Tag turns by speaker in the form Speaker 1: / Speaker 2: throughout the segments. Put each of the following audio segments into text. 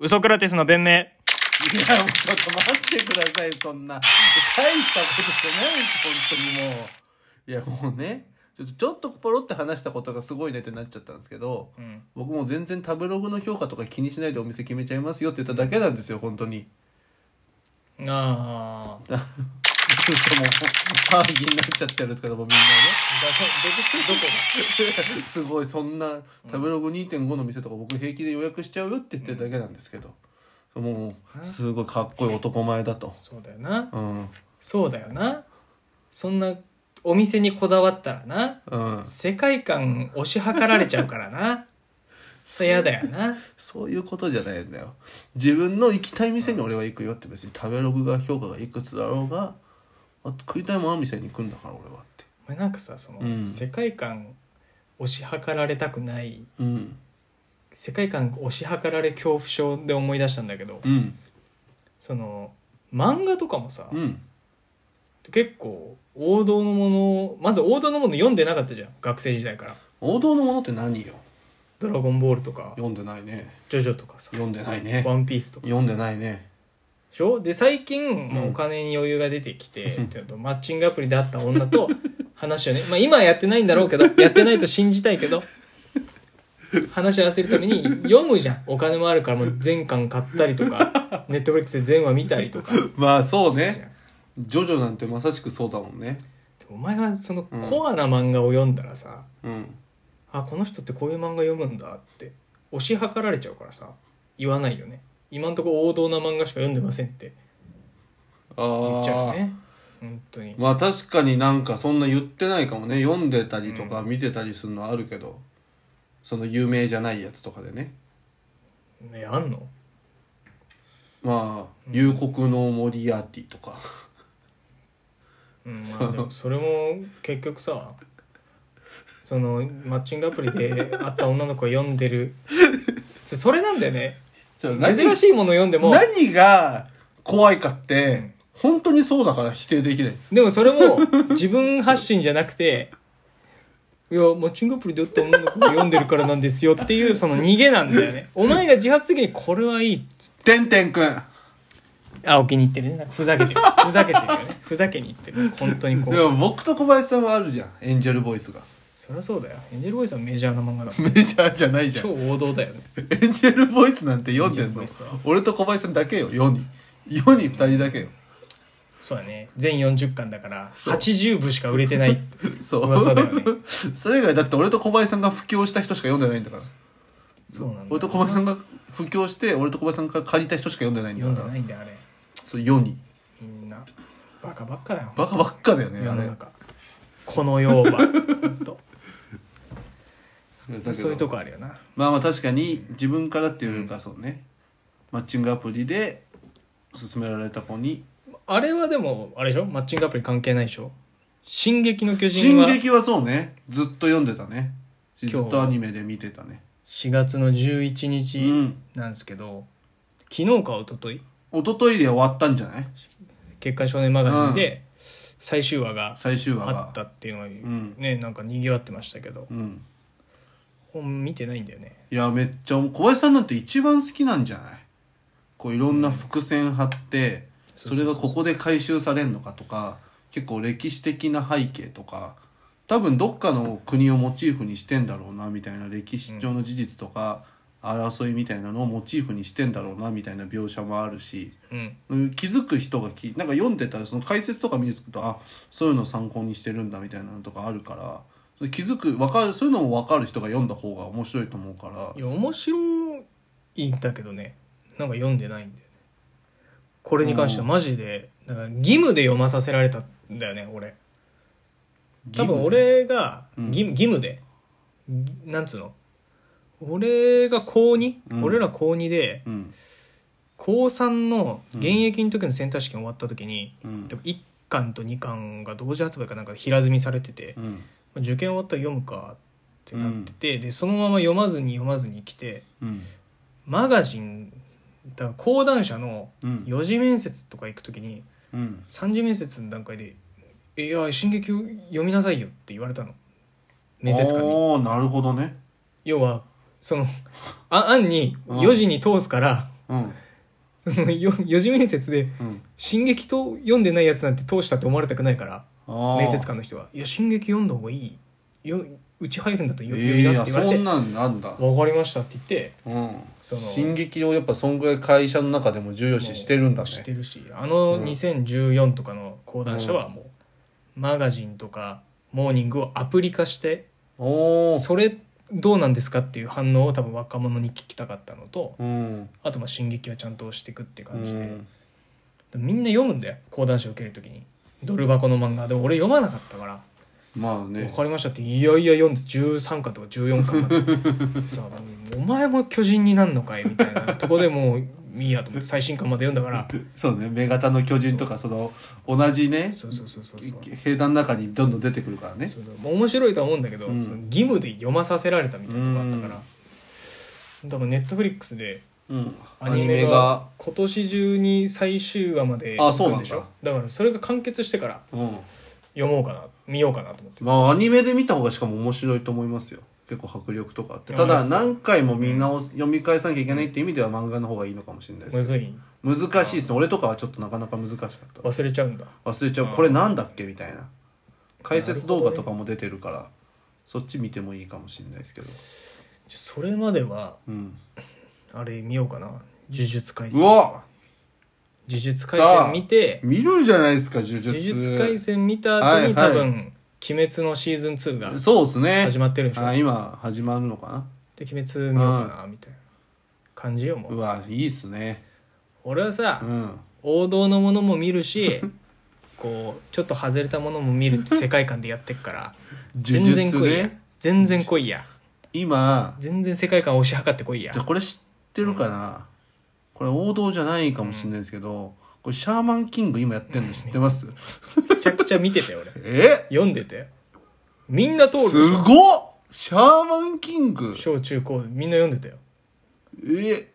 Speaker 1: ウソクラテスの弁明。
Speaker 2: いや、もうちょっと待ってください、そんな。大したことじゃないです、本当にもう。いや、もうね、ちょっと、ちょっとポロって話したことがすごいねってなっちゃったんですけど、
Speaker 1: うん。
Speaker 2: 僕もう全然食べログの評価とか気にしないでお店決めちゃいますよって言っただけなんですよ、本当に。
Speaker 1: ああ。
Speaker 2: ちょっともう、騒ぎになっちゃってるんですけども、みんなね。
Speaker 1: どこ
Speaker 2: すごい、そんな、食べログ2.5の店とか僕平気で予約しちゃうよって言ってるだけなんですけど、もう、すごいかっこいい男前だと。
Speaker 1: そうだよな。
Speaker 2: うん。
Speaker 1: そうだよな。そんな、お店にこだわったらな、
Speaker 2: うん。
Speaker 1: 世界観押し量られちゃうからな。それやだよな。
Speaker 2: そういうことじゃないんだよ。自分の行きたい店に俺は行くよって別に食べログが評価がいくつだろうが、あ食いたいもんある店に行くんだから俺はって。
Speaker 1: お前なんかさ、その、
Speaker 2: うん
Speaker 1: 世界観押し量られたくない、
Speaker 2: うん。
Speaker 1: 世界観押し量られ恐怖症で思い出したんだけど、
Speaker 2: うん。
Speaker 1: その、漫画とかもさ、
Speaker 2: うん。
Speaker 1: 結構王道のものをまず王道のもの読んでなかったじゃん学生時代から
Speaker 2: 王道のものって何よ
Speaker 1: 「ドラゴンボール」とか
Speaker 2: 読んでないね。
Speaker 1: 「ジョジョ」とかさ
Speaker 2: 読んでな
Speaker 1: 「
Speaker 2: いね。
Speaker 1: ワンピース」とか
Speaker 2: 読んでないね。
Speaker 1: でしょで最近、まあ
Speaker 2: うん
Speaker 1: お金に余裕が出てきて、
Speaker 2: うん
Speaker 1: っていうのとマッチングアプリで会った女と 話をね、まあ、今はやってないんだろう けどやってないと信じたいけど話し合わせるために読むじゃんお金もあるからもう全巻買ったりと かネットフリックスで全話見たりとか
Speaker 2: まあそう
Speaker 1: じゃ
Speaker 2: ね。
Speaker 1: ん
Speaker 2: ジョジョなんてまさしくそうだもんね。
Speaker 1: お前がその
Speaker 2: うん
Speaker 1: コアな漫画を読んだらさ、
Speaker 2: うん。
Speaker 1: あこの人ってこういう漫画読むんだって推し量られちゃうからさ言わないよね今んとこ王道な漫画しか読んでませんって言
Speaker 2: あ
Speaker 1: っちゃうよ
Speaker 2: あ。
Speaker 1: ね本当に
Speaker 2: まあ確かになんかそんな言ってないかもね。読んでたりとか見てたりするのはあるけど、その有名じゃないやつとかでね。
Speaker 1: ねあんの
Speaker 2: まあ、幽谷のモリアーティとか。
Speaker 1: うんま
Speaker 2: そ
Speaker 1: あ
Speaker 2: う
Speaker 1: でもそれも結局さそのマッチングアプリで会った女の子が読んでるそそれなんだよね
Speaker 2: じゃあ何
Speaker 1: 珍しいもの読んでも
Speaker 2: 何が怖いかって、
Speaker 1: うん
Speaker 2: 本当にそうだから否定できないんです。
Speaker 1: でもそれも自分発信じゃなくていやマッチングアプリで会った女の子が読んでるからなんですよっていうその逃げなんだよねお前が自発的にこれはいい
Speaker 2: てんてんくん。
Speaker 1: あお気に入ってるねなんかふざけてるふざけてるよねふざけにいってる本当にこ
Speaker 2: でも
Speaker 1: う
Speaker 2: 僕と小林さんはあるじゃん。エンジェルボイスが。
Speaker 1: そりゃそうだよエンジェルボーイさんメジャーな漫画だもん
Speaker 2: メジャーじゃないじゃん。
Speaker 1: 超王道だよね
Speaker 2: エンジェルボイスなんて読んで
Speaker 1: エンジェル
Speaker 2: ん
Speaker 1: ボ
Speaker 2: の
Speaker 1: イスは。
Speaker 2: 俺と小林さんだけよ、世に。世に二人だけよ。
Speaker 1: そうだね全40巻だから80部しか売れてない
Speaker 2: そう。
Speaker 1: 噂だよね
Speaker 2: それ以外だって俺と小林さんが布教した人しか読んでないんだから。
Speaker 1: そうなんだ
Speaker 2: 俺と小林さんが布教して、俺と小林さんから借りた人しか読んでないんだ
Speaker 1: 読ん
Speaker 2: か
Speaker 1: で
Speaker 2: ら。
Speaker 1: ないんだよあれ
Speaker 2: そう、世に。
Speaker 1: みんなバカばっかだよ
Speaker 2: バカばっかだよね、
Speaker 1: 世
Speaker 2: あ
Speaker 1: の
Speaker 2: れ。
Speaker 1: 中この世は本当
Speaker 2: だけど
Speaker 1: そういうとこあるよな
Speaker 2: まあまあ確かに自分からっていうかそうね、マッチングアプリで勧められた子に
Speaker 1: あれはでもあれでしょマッチングアプリ関係ないでしょ「進撃の巨
Speaker 2: 「進
Speaker 1: 人」は
Speaker 2: 撃」はそうねずっと読んでたねず
Speaker 1: 今
Speaker 2: っ
Speaker 1: 日
Speaker 2: とアニメで見てたね
Speaker 1: 4月の11
Speaker 2: う
Speaker 1: 日
Speaker 2: ん
Speaker 1: なんですけど、昨日か一昨日
Speaker 2: 一昨日で終わったんじゃない
Speaker 1: 月刊少年マガジン」で最終話が
Speaker 2: 最終話
Speaker 1: あ
Speaker 2: が
Speaker 1: ったっていうのが、
Speaker 2: ん
Speaker 1: ねなんかにぎわってましたけど
Speaker 2: うん
Speaker 1: 本見てないんだよね
Speaker 2: いやめっちゃ小林さんなんて一番好きなんじゃないこういろんな伏線張って、それがここで回収されるのかとか結構歴史的な背景とか多分どっかの国をモチーフにしてんだろうなみたいな歴史上の事実とか、争いみたいなのをモチーフにしてんだろうなみたいな描写もあるし、
Speaker 1: うん
Speaker 2: うん気づく人がきなんか読んでたらその解説とか見るとあそういうの参考にしてるんだみたいなのとかあるからそれ気づくわかるそういうのも分かる人が読んだ方が面白いと思うから
Speaker 1: いや面白いんだけどねなんか読んでないんだよねこれに関してはマジでなんか義務で読まさせられたんだよね俺多分俺が
Speaker 2: うん
Speaker 1: 義務,、義務でなんつうの俺が高2、
Speaker 2: うん
Speaker 1: 俺ら高2で
Speaker 2: うん
Speaker 1: 高3の現役の時のセンター試験終わった時に、
Speaker 2: うん
Speaker 1: でも1巻と2巻が同時発売かなんかで平積みされてて、
Speaker 2: うん
Speaker 1: まあ受験終わったら読むかってなってて、でそのまま読まずに読まずに来て
Speaker 2: うん
Speaker 1: マガジンだから講談社の
Speaker 2: うん
Speaker 1: 4次面接とか行く時に
Speaker 2: うん
Speaker 1: 3次面接の段階で「いや進撃を読みなさいよ」って言われたの面接官に。
Speaker 2: おーなるほどね
Speaker 1: 要はそのあ案に
Speaker 2: うん
Speaker 1: 4時に通すから
Speaker 2: うん
Speaker 1: そのよ四次面接で
Speaker 2: うん
Speaker 1: 「進撃と読んでないやつなんて通した」って思われたくないから
Speaker 2: ああ
Speaker 1: 面接官の人は「いや進撃読んだ方がいいようち入るんだと
Speaker 2: え
Speaker 1: よよ
Speaker 2: ー、
Speaker 1: い
Speaker 2: い
Speaker 1: な」っ
Speaker 2: や
Speaker 1: て言わ
Speaker 2: そ
Speaker 1: れ
Speaker 2: ん
Speaker 1: て
Speaker 2: なんなんだ
Speaker 1: 「分かりました」って言って
Speaker 2: うん
Speaker 1: その
Speaker 2: 進撃をやっぱそんぐらい会社の中でも重要視してるんだね
Speaker 1: してるしあの
Speaker 2: うん
Speaker 1: 2014とかの講談社はもうマガジンとかモーニングをアプリ化して
Speaker 2: おお
Speaker 1: それどうなんですかっていう反応を多分若者に聞きたかったのと
Speaker 2: うん
Speaker 1: あとまあ進撃はちゃんとしていくっていう
Speaker 2: う
Speaker 1: 感じで
Speaker 2: ん
Speaker 1: みんな読むんだよ講談社受ける時にドル箱の漫画でも俺読まなかったから
Speaker 2: まあ
Speaker 1: 「分
Speaker 2: ね
Speaker 1: かりました」って「いやいや読んで13巻とか14巻まで」 さお前も巨人になんのかい」みたいなとこでもういいやと思って最新巻まで読んだ から
Speaker 2: そうね目型の巨人とかその同じね
Speaker 1: そうそうそうそうそう
Speaker 2: 兵団の中にどんどん出てくるからね
Speaker 1: そうだまあ面白いとは思うんだけど、
Speaker 2: うん
Speaker 1: その義務で読まさせられたみたいなとこあったから、だからネットフリックスで
Speaker 2: うん
Speaker 1: アニメが今年中に最終話まで
Speaker 2: あ
Speaker 1: 行くんでし
Speaker 2: そう
Speaker 1: ょ
Speaker 2: なん
Speaker 1: だからそれが完結してから
Speaker 2: うん
Speaker 1: 読もうかな見ようかなと思って
Speaker 2: まあアニメで見た方がしかも面白いと思いますよ結構迫力とかあってた
Speaker 1: いやそ
Speaker 2: だ
Speaker 1: う
Speaker 2: 何回もみんなを読み返さなきゃいけないっていう意味では漫画の方がいいのかもしれないで
Speaker 1: む
Speaker 2: す
Speaker 1: ずい
Speaker 2: 難しいですね俺とかはちょっとなかなか難しかった
Speaker 1: 忘れちゃうんだ
Speaker 2: 忘れちゃ
Speaker 1: あ
Speaker 2: う
Speaker 1: ー
Speaker 2: これなんだっけみたいな解説動画とかも出てるからそっち見てもいいかもしれないですけど
Speaker 1: じゃそれまでは
Speaker 2: うん
Speaker 1: あれ見ようかな呪術廻戦
Speaker 2: うわ
Speaker 1: 呪術廻戦見て
Speaker 2: 見るじゃないですか呪術
Speaker 1: 呪術廻戦見た後に
Speaker 2: は
Speaker 1: 多
Speaker 2: いはい
Speaker 1: 分、鬼滅のシーズン2が
Speaker 2: そうですね
Speaker 1: 始まってるでしょ、
Speaker 2: あ今始まるのかな
Speaker 1: で鬼滅見ようかなみたいな感じよもう
Speaker 2: うわいいっすね
Speaker 1: 俺はさ、
Speaker 2: うん
Speaker 1: 王道のものも見るし こうちょっと外れたものも見るって世界観でやってっから全然来いや全然来いや
Speaker 2: 今
Speaker 1: 全然世界観押し量って来 いや
Speaker 2: じゃあこれ知ってるかな、これ王道じゃないかもしれないですけど、これシャーマンキング今やってるの知ってます、
Speaker 1: めちゃくちゃ見てたよ俺
Speaker 2: え
Speaker 1: 読んでたよみんな通るですしょ
Speaker 2: ごっシャーマンキング
Speaker 1: 小中高みんな読んでたよ
Speaker 2: え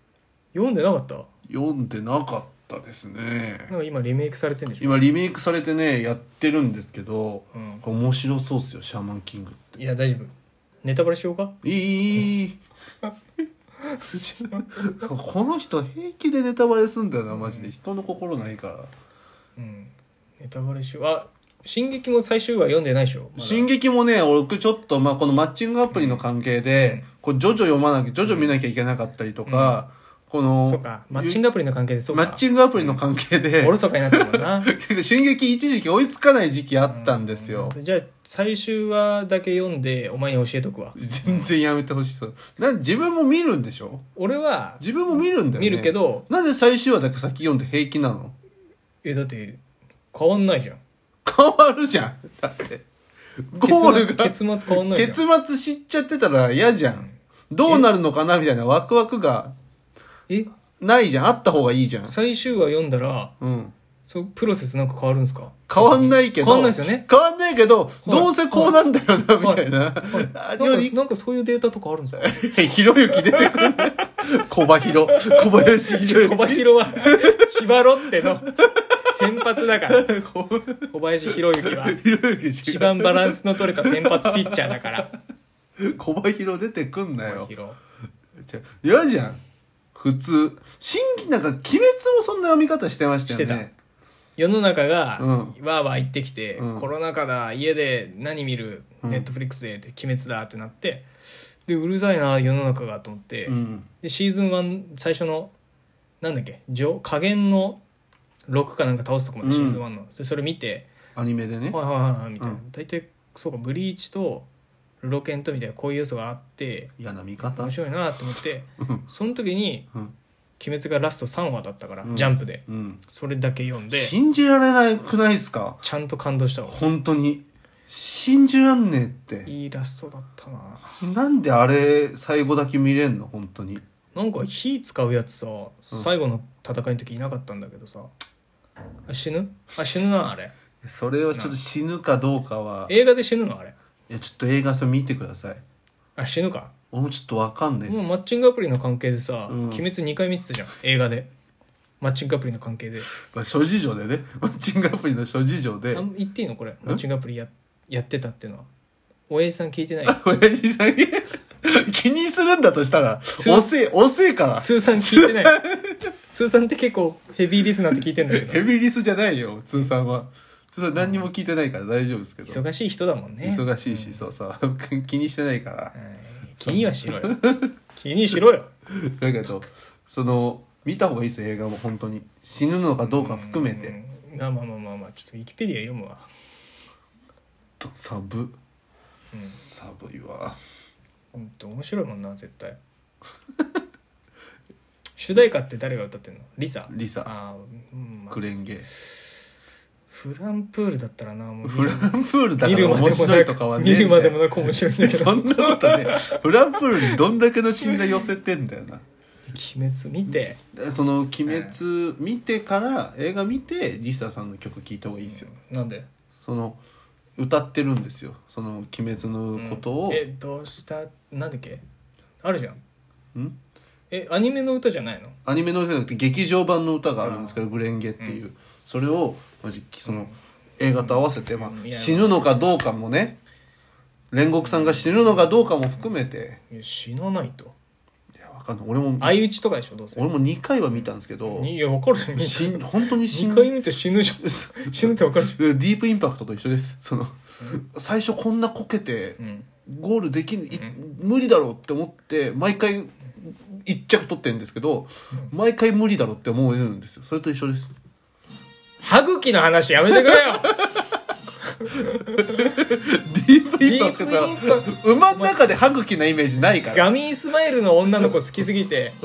Speaker 1: 読んでなかった
Speaker 2: 読んでなかったですね
Speaker 1: なんか今リメイクされてんでしょ、
Speaker 2: 今リメイクされてねやってるんですけど
Speaker 1: うん、
Speaker 2: これ面白そうっすよシャーマンキングって
Speaker 1: いや大丈夫ネタバレしようか
Speaker 2: いいいいいいそうこの人平気でネタバレすんだよなマジで人の心ないから
Speaker 1: うんネタバレしようあ進撃も最終話読んでないでしょ、まだ
Speaker 2: 進撃もね、俺ちょっと、まあ、このマッチングアプリの関係で、こう、ジョジョ読まなきゃ、ジョジョ見なきゃいけなかったりとか、この、
Speaker 1: そうかマッチングアプリの関係でそうか
Speaker 2: マッチングアプリの関係で
Speaker 1: お、ろそかになったもんな
Speaker 2: 結構進撃一時期追いつかない時期あったんですよ。
Speaker 1: じゃあ最終話だけ読んでお前に教えとくわ
Speaker 2: 全然やめてほしいそうなん自分も見るんでしょ
Speaker 1: 俺は
Speaker 2: 自分も見るんだよね。
Speaker 1: 見るけ。ど
Speaker 2: なんで最終話だけ先読んで平気なの
Speaker 1: えだって変わんないじゃん
Speaker 2: 変わるじゃん。だって。ゴー
Speaker 1: 結
Speaker 2: ル
Speaker 1: 末
Speaker 2: が。
Speaker 1: 結末変わんないじゃん
Speaker 2: 結末知っちゃってたら嫌じゃん。どうなるのかなみたいなワクワクが
Speaker 1: え
Speaker 2: ないじゃん。あった方がいいじゃん。
Speaker 1: 最終話読んだら
Speaker 2: うん。
Speaker 1: そうプロセスなんか変わるんですか
Speaker 2: 変わんないけど。
Speaker 1: 変わんないですよね。
Speaker 2: 変わんないけど、
Speaker 1: い
Speaker 2: どうせこうなんだよな、みたいな。
Speaker 1: な
Speaker 2: あ
Speaker 1: ん
Speaker 2: よ
Speaker 1: か
Speaker 2: り、
Speaker 1: なんかそういうデータとかあるんです か
Speaker 2: ひろゆき出てくる。小葉ひろ。小林ひろゆ
Speaker 1: 小林弘は千葉ロッテの先発だから小林弘之は
Speaker 2: き。ひろゆき違う
Speaker 1: 一番バランスの取れた先発ピッチャーだから
Speaker 2: 小葉ひろ出てくんな
Speaker 1: 小林
Speaker 2: よ。
Speaker 1: 弘
Speaker 2: ちょ嫌じゃん。普通。新規なんか、鬼滅もそんな読み方してましたよね。
Speaker 1: して世の中が
Speaker 2: うん
Speaker 1: わーわー言ってきて、
Speaker 2: うん
Speaker 1: コロナ禍だ家で何見る
Speaker 2: うん
Speaker 1: ネットフリックスで「鬼滅だ」ってなってでうるさいな世の中がと思って、
Speaker 2: うん。
Speaker 1: でシーズン1最初のなんだっけ上加減の6かなんか倒すとこまでシーズン1の、でそれ見て
Speaker 2: アニメ
Speaker 1: 「
Speaker 2: でね。
Speaker 1: はいはいはいはい」みたいな、
Speaker 2: うん
Speaker 1: 大体そうかブリーチとルロケンとみたいなこういう要素があって
Speaker 2: 嫌な見方
Speaker 1: 面。白いなと思って
Speaker 2: うん
Speaker 1: その時に
Speaker 2: うん
Speaker 1: 「鬼滅」がラスト3話だったから、
Speaker 2: うん
Speaker 1: ジャンプで
Speaker 2: うん。
Speaker 1: それだけ読んで
Speaker 2: 信じられないくないですか
Speaker 1: ちゃんと感動したわ
Speaker 2: 本当に。信じらんねえって。
Speaker 1: いいラストだったな
Speaker 2: なんであれ最後だけ見れんの本当に
Speaker 1: なんか火使うやつさ最後の戦いの時いなかったんだけどさ、あ死ぬあ死ぬなあれ
Speaker 2: それはちょっと死ぬかどうかは
Speaker 1: 映画で死ぬのあれ
Speaker 2: いやちょっと映画それ見てください
Speaker 1: あ死ぬか
Speaker 2: 俺もちょっとわかんないで
Speaker 1: もう
Speaker 2: す、
Speaker 1: マッチングアプリの関係でさ「
Speaker 2: うん
Speaker 1: 鬼滅」2回見てたじゃん映画でマッチングアプリの関係で
Speaker 2: まあ、諸事情でねマッチングアプリの諸事情で
Speaker 1: あ言っていいのこれマッチングアプリややってたっていうのは親父さん聞いてない
Speaker 2: 親父さんに気にするんだとしたら遅え遅えから
Speaker 1: 通算聞いてない通算って結構ヘビーリスナーって聞いてんだけど
Speaker 2: ヘビーリスじゃないよ通さんは通さん何にも聞いてないから大丈夫ですけど、
Speaker 1: 忙しい人だもんね
Speaker 2: 忙しいしそうそう 気にしてないから
Speaker 1: うん気にはしろよ気にしろよ
Speaker 2: だけどその見た方がいいですよ映画も本当に死ぬのかどうか含めて
Speaker 1: うんまあまあまあまあまあちょっとウィキペディア読むわ
Speaker 2: とサブ、サブいわ
Speaker 1: 本当面白いもんな絶 対主題歌って誰が歌ってんのリサ
Speaker 2: リサ
Speaker 1: あー、うんまあ
Speaker 2: クレンゲ
Speaker 1: フランプールだったらなもう
Speaker 2: フランプールだ
Speaker 1: 見
Speaker 2: か
Speaker 1: る
Speaker 2: ら
Speaker 1: まで
Speaker 2: 面
Speaker 1: も
Speaker 2: 白
Speaker 1: ないく
Speaker 2: とかはね
Speaker 1: 見るまでもなく面白いんだけど
Speaker 2: そんなことねフランプールにどんだけの信頼寄せてんだよな
Speaker 1: 「鬼滅」見て
Speaker 2: その「鬼滅」見てから映画見てリサさんの曲聴いた方がいいですよ
Speaker 1: なんで
Speaker 2: その歌ってるんですよその「鬼滅」のことを
Speaker 1: うん、えどうしたなんだっけあるじゃん
Speaker 2: ん
Speaker 1: えアニメの歌じゃないの
Speaker 2: アニメの歌じゃなくて劇場版の歌があるんですけど「グレンゲ」っていう、それをまじその映画と合わせて、まあ
Speaker 1: うんいや
Speaker 2: 死ぬのかどうかもね煉獄さんが死ぬのかどうかも含めて
Speaker 1: いや死なないと
Speaker 2: いやわかんない俺も
Speaker 1: 相打ちとかでしょどうせ
Speaker 2: 俺も2回は見たんですけど
Speaker 1: いや分かるよ
Speaker 2: 死ん本当に死
Speaker 1: 2
Speaker 2: ぬ
Speaker 1: 回見て死ぬじゃん死ぬって分かるじ
Speaker 2: ディープインパクトと一緒ですその最初こんなこけて
Speaker 1: ゃん、うん
Speaker 2: ゴールできん、い無理だろうって思って毎回一着取ってんですけど毎回無理だろうって思えるんですよそれと一緒です
Speaker 1: 歯茎の話やめてくれよ
Speaker 2: ディープインパクト
Speaker 1: ディープインパク
Speaker 2: さ馬の中で歯茎なイメージないから
Speaker 1: ガミースマイルの女の子好きすぎて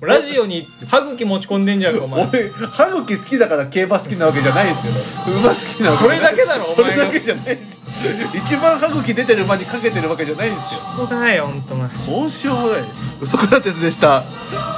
Speaker 1: ラジオに歯茎持ち込んでんじゃんかお前
Speaker 2: 俺歯茎好きだから競馬好きなわけじゃないですよ馬好きなわけ
Speaker 1: それだけだろお
Speaker 2: それ
Speaker 1: 前
Speaker 2: だ
Speaker 1: が
Speaker 2: けじゃないですよ一番歯茎出てる馬にかけてるわけじゃないんですよ
Speaker 1: そうだよほんとお前
Speaker 2: どうしようもないそこら鉄でした
Speaker 1: 「